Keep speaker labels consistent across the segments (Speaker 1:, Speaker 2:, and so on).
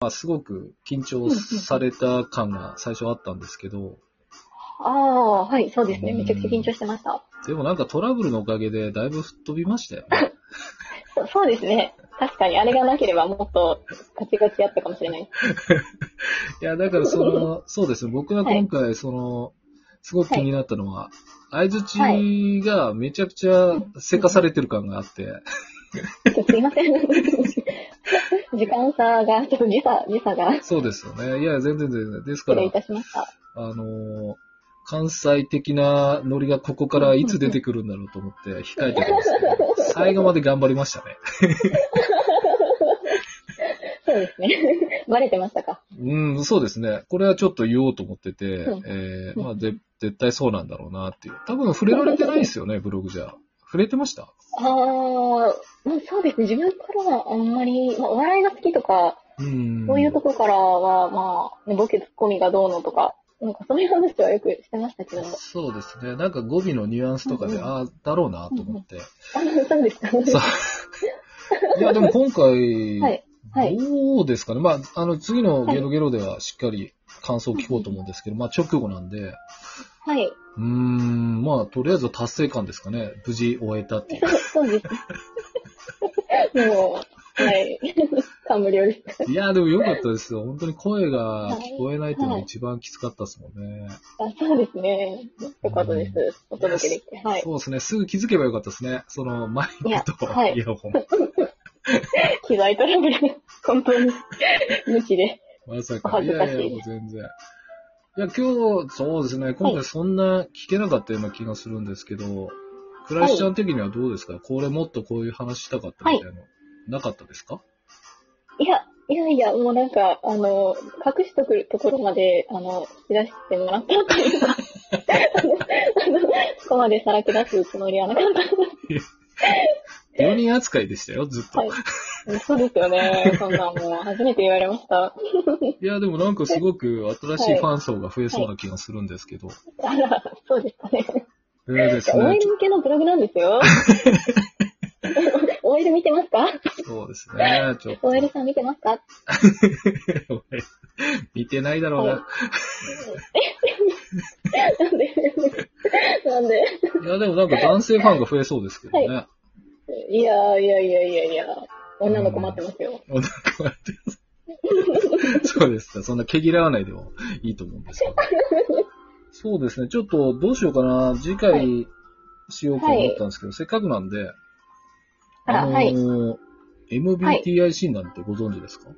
Speaker 1: まあ、すごく緊張された感が最初あったんですけど、
Speaker 2: ああ、はい、そうですね。
Speaker 1: うん
Speaker 2: めちゃくちゃ緊張してました。
Speaker 1: でもなんかトラブルのおかげでだいぶ吹っ飛びましたよね。
Speaker 2: そそうですね。確かに、あれがなければもっとガチガチやったかもしれない。
Speaker 1: いや、だからその、 そうですね、僕が今回、その、すごく気になったのは、相づちがめちゃくちゃせかされてる感があって、
Speaker 2: ちょすいません。 時間差が、ちょっと時差、時差が
Speaker 1: そうですよね。いや、全然全然。ですか
Speaker 2: 失礼
Speaker 1: ら
Speaker 2: い、たしました。
Speaker 1: あのー関西的なノリがここからいつ出てくるんだろうと思って控えてたんですけど、最後まで頑張りましたね。
Speaker 2: そうですね。 バレてましたか。
Speaker 1: うん、そうですね。これはちょっと言おうと思ってて、
Speaker 2: うん
Speaker 1: えー、まあ、ぜ絶対そうなんだろうなっていう。多分触れられてないですよね、ブログじゃ。触れてました
Speaker 2: ああ、まあそうですね。自分からはあんまり、まあ、お笑いが好きとか、
Speaker 1: うん。
Speaker 2: そういうとこからは、まあ、ねボケツッコミがどうのとか、なんかそういう話はよくしてましたけど。
Speaker 1: そうですね。なんか語尾のニュアンスとかで、
Speaker 2: うんうん
Speaker 1: ああ、だろうなと思って。
Speaker 2: あ そうですか。
Speaker 1: そういや、でも今回、
Speaker 2: はい。はい
Speaker 1: どうですかね。まあ、あの、次のゲロゲロではしっかり感想を聞こうと思うんですけど、まあ、直後なんで、
Speaker 2: はい。
Speaker 1: うーん、まあ、とりあえずは達成感ですかね。無事終えたっていう。
Speaker 2: そうそうです。もう、はい。 感無量です。
Speaker 1: いや、でも良かったですよ。本当に声が聞こえないっていうのが一番きつかったですもんね。
Speaker 2: あそうですね。よかったです。お届けできて。はい。
Speaker 1: そうですね。すぐ気づけばよかったですね。そのマイ
Speaker 2: いや
Speaker 1: クと
Speaker 2: はい
Speaker 1: イヤホン。
Speaker 2: 機材トラブル、本当に、無視で。
Speaker 1: まさ
Speaker 2: お
Speaker 1: か。い
Speaker 2: 恥ず
Speaker 1: や
Speaker 2: か
Speaker 1: い
Speaker 2: しい
Speaker 1: や、もう全然。いや、今日、そうですね。今
Speaker 2: は
Speaker 1: 回
Speaker 2: い
Speaker 1: そんな聞けなかったような気がするんですけど、倉石ちゃん的にはどうですかこれもっとこういう話したかったみたいなの、なかったですか
Speaker 2: いや、いやいや、もうなんか、あの、隠しとくところまで、あの、引き出してもらったというか、 あの、そこまでさらけ出すつもりはなかった。
Speaker 1: 4人扱いでしたよ、ずっと。
Speaker 2: はい。そうですよね。そんなんもう、初めて言われました。
Speaker 1: いや、でもなんかすごく新しいファン層が増えそうな気がするんですけど。
Speaker 2: あら、そうですかね。
Speaker 1: ええです
Speaker 2: 応
Speaker 1: ね
Speaker 2: 援。向けのブログなんですよ。OL 見てますか
Speaker 1: そうですね。ちょっと。
Speaker 2: ?OL さん見てますか
Speaker 1: 見てないだろう
Speaker 2: は
Speaker 1: な。
Speaker 2: なんで、なんで。
Speaker 1: いや、でもなんか男性ファンが増えそうですけどね。
Speaker 2: いやいやいやいやいや、女の子待ってますよ。
Speaker 1: お腹割ってますそうですか。そんな毛嫌わないでもいいと思うん ですけど。そうですね。ちょっとどうしようかな。次
Speaker 2: は
Speaker 1: 回しようと思ったんですけど、せっかくなんで、
Speaker 2: あら、はい。
Speaker 1: ー MBTI 診断ってご存知ですか、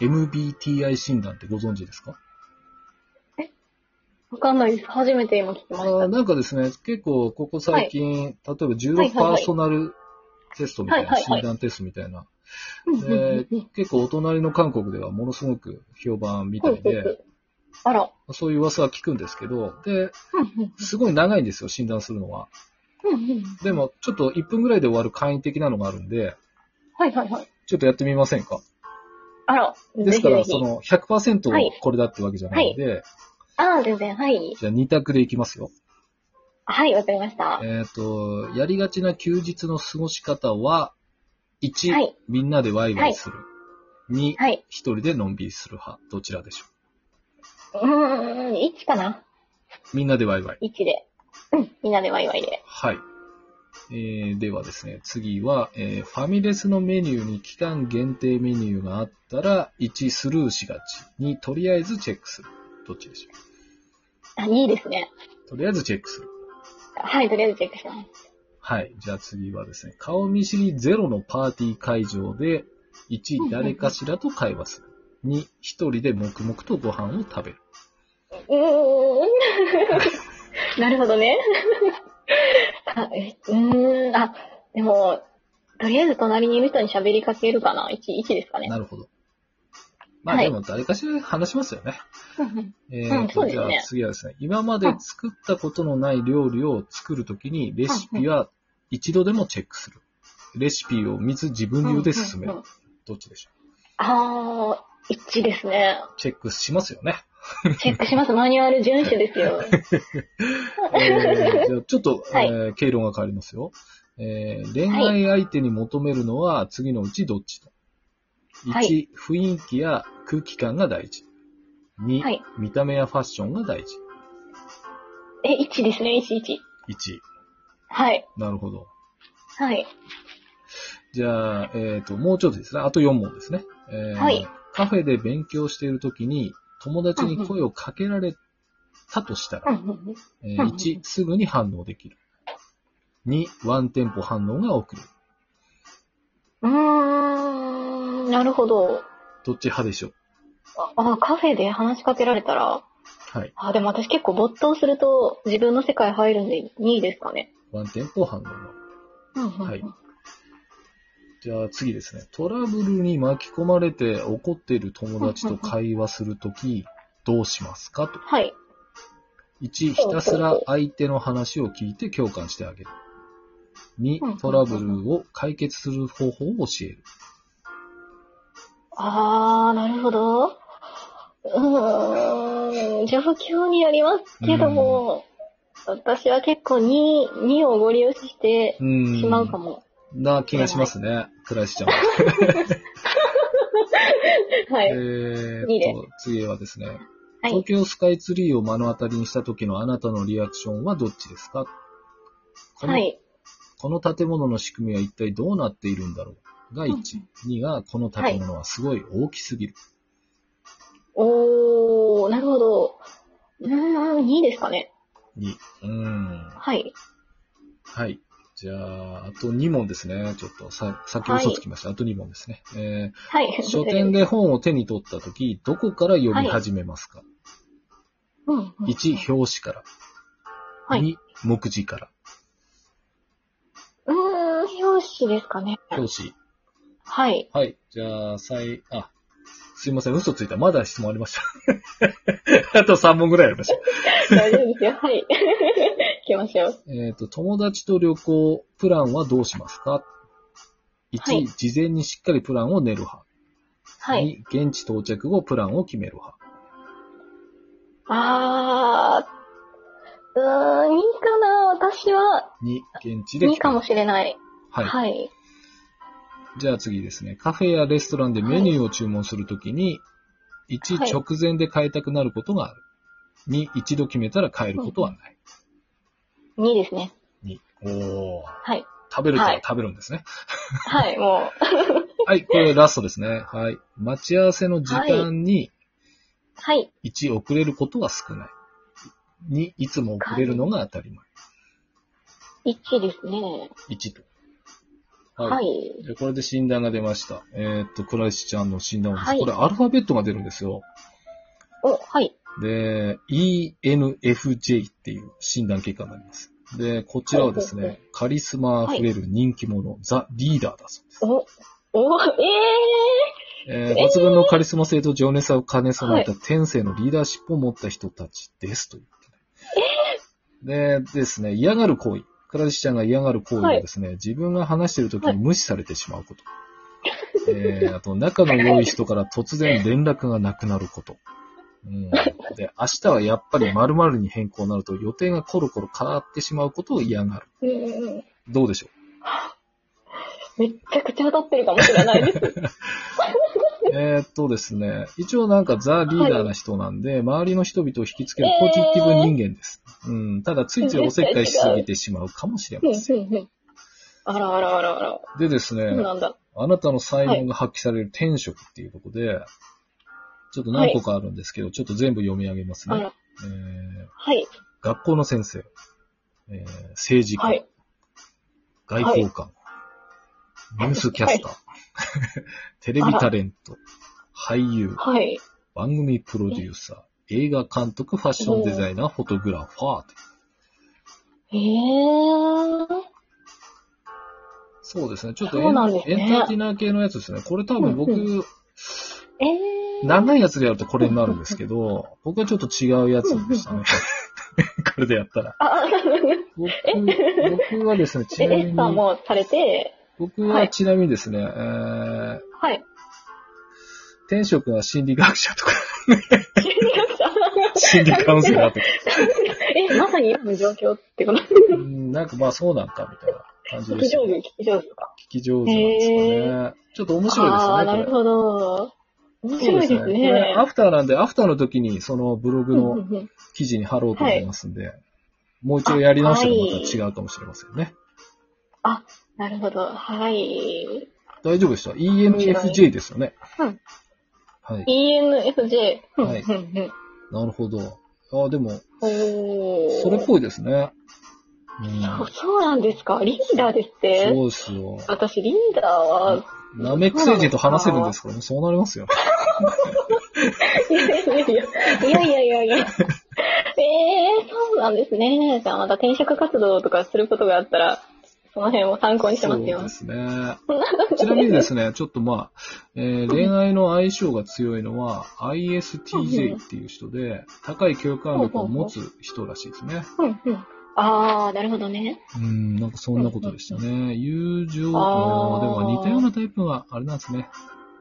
Speaker 1: MBTI 診断ってご存知ですか
Speaker 2: わかんないです。初めて今聞きまし
Speaker 1: あーなんかですね、結構ここ最近、例えば
Speaker 2: はい
Speaker 1: 16
Speaker 2: はい
Speaker 1: パー
Speaker 2: はい
Speaker 1: ソナルテストみたいな、
Speaker 2: はいはいはい
Speaker 1: 診断テストみたいな、
Speaker 2: た。うんうんうん
Speaker 1: 結構お隣の韓国ではものすごく評判みた
Speaker 2: そう
Speaker 1: い
Speaker 2: そうそ
Speaker 1: で
Speaker 2: う、あら。
Speaker 1: そういう噂は聞くんですけど、で、
Speaker 2: うんうん
Speaker 1: すごい長いんですよ、診断するのは。
Speaker 2: うんうん
Speaker 1: でも、ちょっと1分ぐらいで終わる簡易的なのがあるんで、
Speaker 2: はいはいはい。
Speaker 1: ちょっとやってみませんか
Speaker 2: あら。
Speaker 1: ですか
Speaker 2: ぜ
Speaker 1: ら、
Speaker 2: ひぜ
Speaker 1: そ
Speaker 2: ひ
Speaker 1: の100%
Speaker 2: はい
Speaker 1: これだってわけじゃないんで、
Speaker 2: ああ、全然。はい。
Speaker 1: じゃあ2択でいきますよ。
Speaker 2: はい、わかりました。は
Speaker 1: えっ、と、やりがちな休日の過ごし方は、1、
Speaker 2: はい
Speaker 1: みんなでワイワイする。2、
Speaker 2: い。
Speaker 1: 一人でのんびりする派。どちらでしょ
Speaker 2: うーん、1かな
Speaker 1: うみんなでワイワイ。
Speaker 2: ?1 で。うん、みんなでワイワイで。
Speaker 1: はい。えー、ではですね、次は、えー、ファミレスのメニューに期間限定メニューがあったら、1、スルーしがち。2、とりあえずチェックする。どっちでしょ
Speaker 2: あ、いいですね。
Speaker 1: うとりあえずチェックする。
Speaker 2: はい、とりあえずチェックします。
Speaker 1: はい。じゃあ次はですね、顔見知りゼロのパーティー会場で、
Speaker 2: うんう
Speaker 1: 1、
Speaker 2: ん
Speaker 1: 誰かしらと会話する。2、一人で黙々とご飯を食べる。
Speaker 2: うーん。なるほどね。あえうーん、あ、でも、とりあえず隣にいる人に喋りかけるかな。1、1ですかね。
Speaker 1: なるほど。まあ
Speaker 2: はい
Speaker 1: でも誰かしら話しますよね。
Speaker 2: うんうん
Speaker 1: えーと
Speaker 2: うんそうで
Speaker 1: じ
Speaker 2: す
Speaker 1: ゃ
Speaker 2: ね
Speaker 1: あ次はですね、今まで作ったことのない料理を作るときに、レシピは一度でもチェックする。レシピを見ず自分流で進め
Speaker 2: うんう
Speaker 1: る
Speaker 2: んうん。
Speaker 1: どっちでしょ
Speaker 2: ああ、一致ですね。
Speaker 1: うチェックしますよね。
Speaker 2: チェックします。マニュアル遵守ですよ。
Speaker 1: えーじゃあちょっと、
Speaker 2: はい
Speaker 1: えー経路が変わりますよ。えー恋愛相手に求めるのは次のうちどっちだ、 1、
Speaker 2: はい
Speaker 1: 雰囲気や空気感が大事。2、
Speaker 2: はい
Speaker 1: 見た目やファッションが大事。
Speaker 2: え、1ですね、1、1。
Speaker 1: 1。
Speaker 2: はい。
Speaker 1: なるほど。
Speaker 2: はい。
Speaker 1: じゃあ、えっ、と、もうちょっとですね。あと4問ですね。えー
Speaker 2: はい
Speaker 1: カフェで勉強しているときに、友達に声をかけられたとしたら、
Speaker 2: うんうんうん
Speaker 1: え
Speaker 2: うん
Speaker 1: ー1、すぐに反応できる。2、ワンテンポ反応が遅れる。
Speaker 2: うーん、なるほど。
Speaker 1: どっち派でしょう
Speaker 2: ああ、カフェで話しかけられたら、
Speaker 1: はい。
Speaker 2: あ、でも私結構没頭すると自分の世界入るんで2位ですかね。
Speaker 1: ワンテンポ反応が。
Speaker 2: うんうんうん
Speaker 1: はいじゃあ次ですね。トラブルに巻き込まれて怒っている友達と会話するとき、どうしますかと。
Speaker 2: はい。
Speaker 1: 1、ひたすら相手の話を聞いて共感してあげる。2、トラブルを解決する方法を教える。
Speaker 2: あー、なるほど。うーん、状況によりますけども、私は結構2、2をご利用しして
Speaker 1: うーん。
Speaker 2: しまうかも。
Speaker 1: な気がしますね。倉石ちゃん は。
Speaker 2: は
Speaker 1: え
Speaker 2: い。
Speaker 1: ーっ
Speaker 2: いいで
Speaker 1: と、次はですね。
Speaker 2: はい
Speaker 1: 東。京スカイツリーを目の当たりにした時のあなたのリアクションはどっちですかこの,、
Speaker 2: はい。
Speaker 1: この建物の仕組みは一体どうなっているんだろうが1、2がこの建物はすごい大きすぎる。
Speaker 2: おー、なるほど。うーん、2ですかね。
Speaker 1: 2。うーん。
Speaker 2: はい。
Speaker 1: はい。じゃあ、あと2問ですね。ちょっとさ、さっき嘘つきました。あと2問ですね。え
Speaker 2: はい。
Speaker 1: ー、書店で本を手に取った時、どこから読み始めますか、
Speaker 2: うんうんうん
Speaker 1: ?1、表紙から。
Speaker 2: はい
Speaker 1: 2、目次から。
Speaker 2: うーん、表紙ですかね。
Speaker 1: 表紙。
Speaker 2: はい。
Speaker 1: はい。じゃあ、最、あ、すいません、嘘ついた。まだ質問ありました。 あと3問ぐらいありました。
Speaker 2: 大丈夫ですよ。はい。 行きましょう。
Speaker 1: えっ、と、友達と旅行、プランはどうしますか ?1、
Speaker 2: はい
Speaker 1: 事前にしっかりプランを練る派。
Speaker 2: はい。
Speaker 1: 2、現地到着後、プランを決める派。
Speaker 2: あー、うーん、2かな私は
Speaker 1: 2、現地で
Speaker 2: 2
Speaker 1: 決
Speaker 2: か
Speaker 1: める
Speaker 2: もしれない。
Speaker 1: はい。
Speaker 2: はい。
Speaker 1: じゃあ次ですね。カフェやレストランでメニューを注文するときに、1、
Speaker 2: はい
Speaker 1: 直前で変えたくなることがある。2、一度決めたら変えることはない。
Speaker 2: 2で すね。
Speaker 1: 2、おー、
Speaker 2: はい。
Speaker 1: 食べるから
Speaker 2: はい
Speaker 1: 食べるんですね。
Speaker 2: はい、もう。
Speaker 1: はい、これラストですね。はい。待ち合わせの時間に
Speaker 2: はい。
Speaker 1: 1、遅れることは少ない。2、いつも遅れるのが当たり前。
Speaker 2: 1ですね。
Speaker 1: 1と。
Speaker 2: は
Speaker 1: はい。
Speaker 2: い。
Speaker 1: でこれで診断が出ました。えーっと、倉石ちゃんの診断です。
Speaker 2: はい
Speaker 1: これアルファベットが出るんですよ。
Speaker 2: お、はい。
Speaker 1: で、ENFJ っていう診断結果になります。で、こちらはです
Speaker 2: はいはい
Speaker 1: ね、カリスマあふれる人気者、ザ・リーダーだそうです。
Speaker 2: お、お、え
Speaker 1: えー
Speaker 2: えー
Speaker 1: 抜群のカリスマ性と情熱さを兼ね備えた天性のリーダーシップを持った人たちですということで。でですね、嫌がる行為。クラシちゃんが嫌がる行為はですね、自分が話している時に無視されてしまうこと。えーあと、仲の良い人から突然連絡がなくなること。うん、で、明日はやっぱり〇〇に変更になると予定がコロコロ変わってしまうことを嫌がる。
Speaker 2: ー、うんうんうん。
Speaker 1: どうでしょ
Speaker 2: めっちゃくちゃ当たってるかもし れないです。
Speaker 1: う えーっとですね、一応なんかザ・リーダーな人なんで、周りの人々を引きつけるポジティブ人間です。うん、ただついついおせっかいしすぎてしまうかもしれ
Speaker 2: うん
Speaker 1: ません。
Speaker 2: うんうん。あらあらあらあら。
Speaker 1: でですね、
Speaker 2: そうなんだ。
Speaker 1: あなたの才能が発揮される天職っていうところで、ちょっと何個かあるんですけど、ちょっと全部読み上げます
Speaker 2: あ
Speaker 1: ね。
Speaker 2: ら。
Speaker 1: えー
Speaker 2: はい。
Speaker 1: 学校の先生、えー政治家、
Speaker 2: はい。
Speaker 1: 外交官、ニュースキャスター、 テレビタレント、俳優、
Speaker 2: はい。
Speaker 1: 番組プロデューサー、映画監督、ファッションデザイナー、フォトグラファーと。
Speaker 2: えー。
Speaker 1: そうですね。ちょっとエ
Speaker 2: そうなん
Speaker 1: ン,、
Speaker 2: ですね
Speaker 1: エンターテイナー系のやつですね。これ多分僕、
Speaker 2: うんえー。
Speaker 1: 長いやつでやるとこれになるんですけど、僕はちょっと違うやつでしたね。これでやったら。
Speaker 2: あ、
Speaker 1: 僕僕はですね、ち
Speaker 2: え、
Speaker 1: な
Speaker 2: レ
Speaker 1: み
Speaker 2: ッサー
Speaker 1: に、
Speaker 2: もされて、
Speaker 1: 僕
Speaker 2: は
Speaker 1: はいちなみにですね、えー、
Speaker 2: はい。
Speaker 1: 天職は心理学者とか、
Speaker 2: 心理学者
Speaker 1: 心理カウンセラーとか、
Speaker 2: え、まさに今の状況ってこと
Speaker 1: うんなんかまあそうなんかみたいな感じ
Speaker 2: 聞
Speaker 1: で
Speaker 2: き
Speaker 1: した。
Speaker 2: 上
Speaker 1: 聞
Speaker 2: 手、聞き上手とか。
Speaker 1: き上手なんですかね。ちょっと面白いですね。
Speaker 2: ああ、なる
Speaker 1: こ
Speaker 2: ほど。面
Speaker 1: れ
Speaker 2: 白いです
Speaker 1: そうこれ
Speaker 2: ね。
Speaker 1: アフターなんで、アフターの時にそのブログ
Speaker 2: うん
Speaker 1: の
Speaker 2: うんうん
Speaker 1: 記事に貼ろうと思いますんで、もう一度やり直してもまた違うかもしれませんね。
Speaker 2: あ、なるほど。はい。
Speaker 1: 大丈夫でした ?ENFJ ですよね。
Speaker 2: うん
Speaker 1: はい。
Speaker 2: ENFJ。
Speaker 1: はい
Speaker 2: うんうんうん
Speaker 1: なるほど。ああ、でも、
Speaker 2: おー
Speaker 1: それっぽいですね。うん。
Speaker 2: そうそうなんですか。リーダーですって
Speaker 1: そうですよ。
Speaker 2: 私、リーダーは、
Speaker 1: ナメック星人と話せるんですからね、そうなりますよ。
Speaker 2: いやいやいやいや。ええー、そうなんですね。じゃあまた転職活動とかすることがあったら、その辺も参考にして
Speaker 1: そ
Speaker 2: ま
Speaker 1: う
Speaker 2: すよ
Speaker 1: で。すね。ちなみにですね、ちょっとまあ、えー恋愛の相性が強いのは ISTJ っていう人で、高い共感力を持つ人らしいですね。
Speaker 2: うんうん。あー、なるほどね。
Speaker 1: うん、なんかそんなことでしたね。友情、
Speaker 2: あー
Speaker 1: あーでも似たようなタイプはあれなんですね。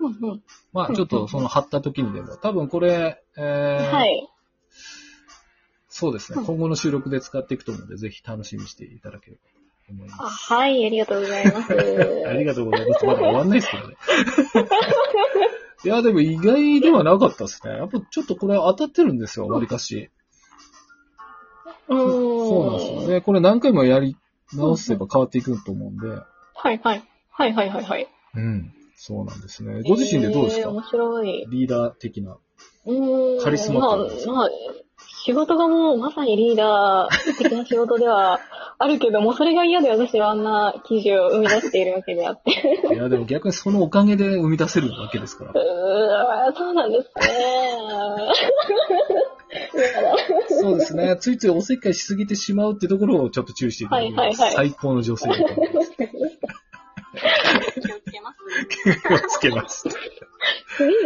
Speaker 2: うんうん。
Speaker 1: まあちょっとその貼った時にでも、多分これ、えー
Speaker 2: はい。
Speaker 1: そうですね、今後の収録で使っていくと思うので、ぜひ楽しみにしていただければと思い
Speaker 2: あ
Speaker 1: ます。
Speaker 2: はい、ありがとうございます。
Speaker 1: ありがとうございます。まだ終わんないですからね。いや、でも意外ではなかったですね。やっぱちょっとこれ当たってるんですよ、わりかし。
Speaker 2: うーん。
Speaker 1: そうなんですよ。で、これ何回もやり直せば変わっていくと思うんで。
Speaker 2: はいはい。はいはいはいはい。
Speaker 1: うん。そうなんですね。ご自身でどうです
Speaker 2: えー
Speaker 1: か、
Speaker 2: 面白い。
Speaker 1: リーダー的な。
Speaker 2: うーん。
Speaker 1: カリスマってことですか
Speaker 2: まあ、まあ、仕事がもうまさにリーダー的な仕事ではあるけども、それが嫌で私はあんな記事を生み出しているわけであ って。
Speaker 1: いや、でも逆にそのおかげで生み出せるわけですから
Speaker 2: う。ーん、そうなんですね。
Speaker 1: そうですね。ついついおせっかいしすぎてしまうってところをちょっと注意していただければ、
Speaker 2: はいはいはい
Speaker 1: 最高の女性だと思います。
Speaker 2: 気をつけます。
Speaker 1: 気をつけます。
Speaker 2: すげえ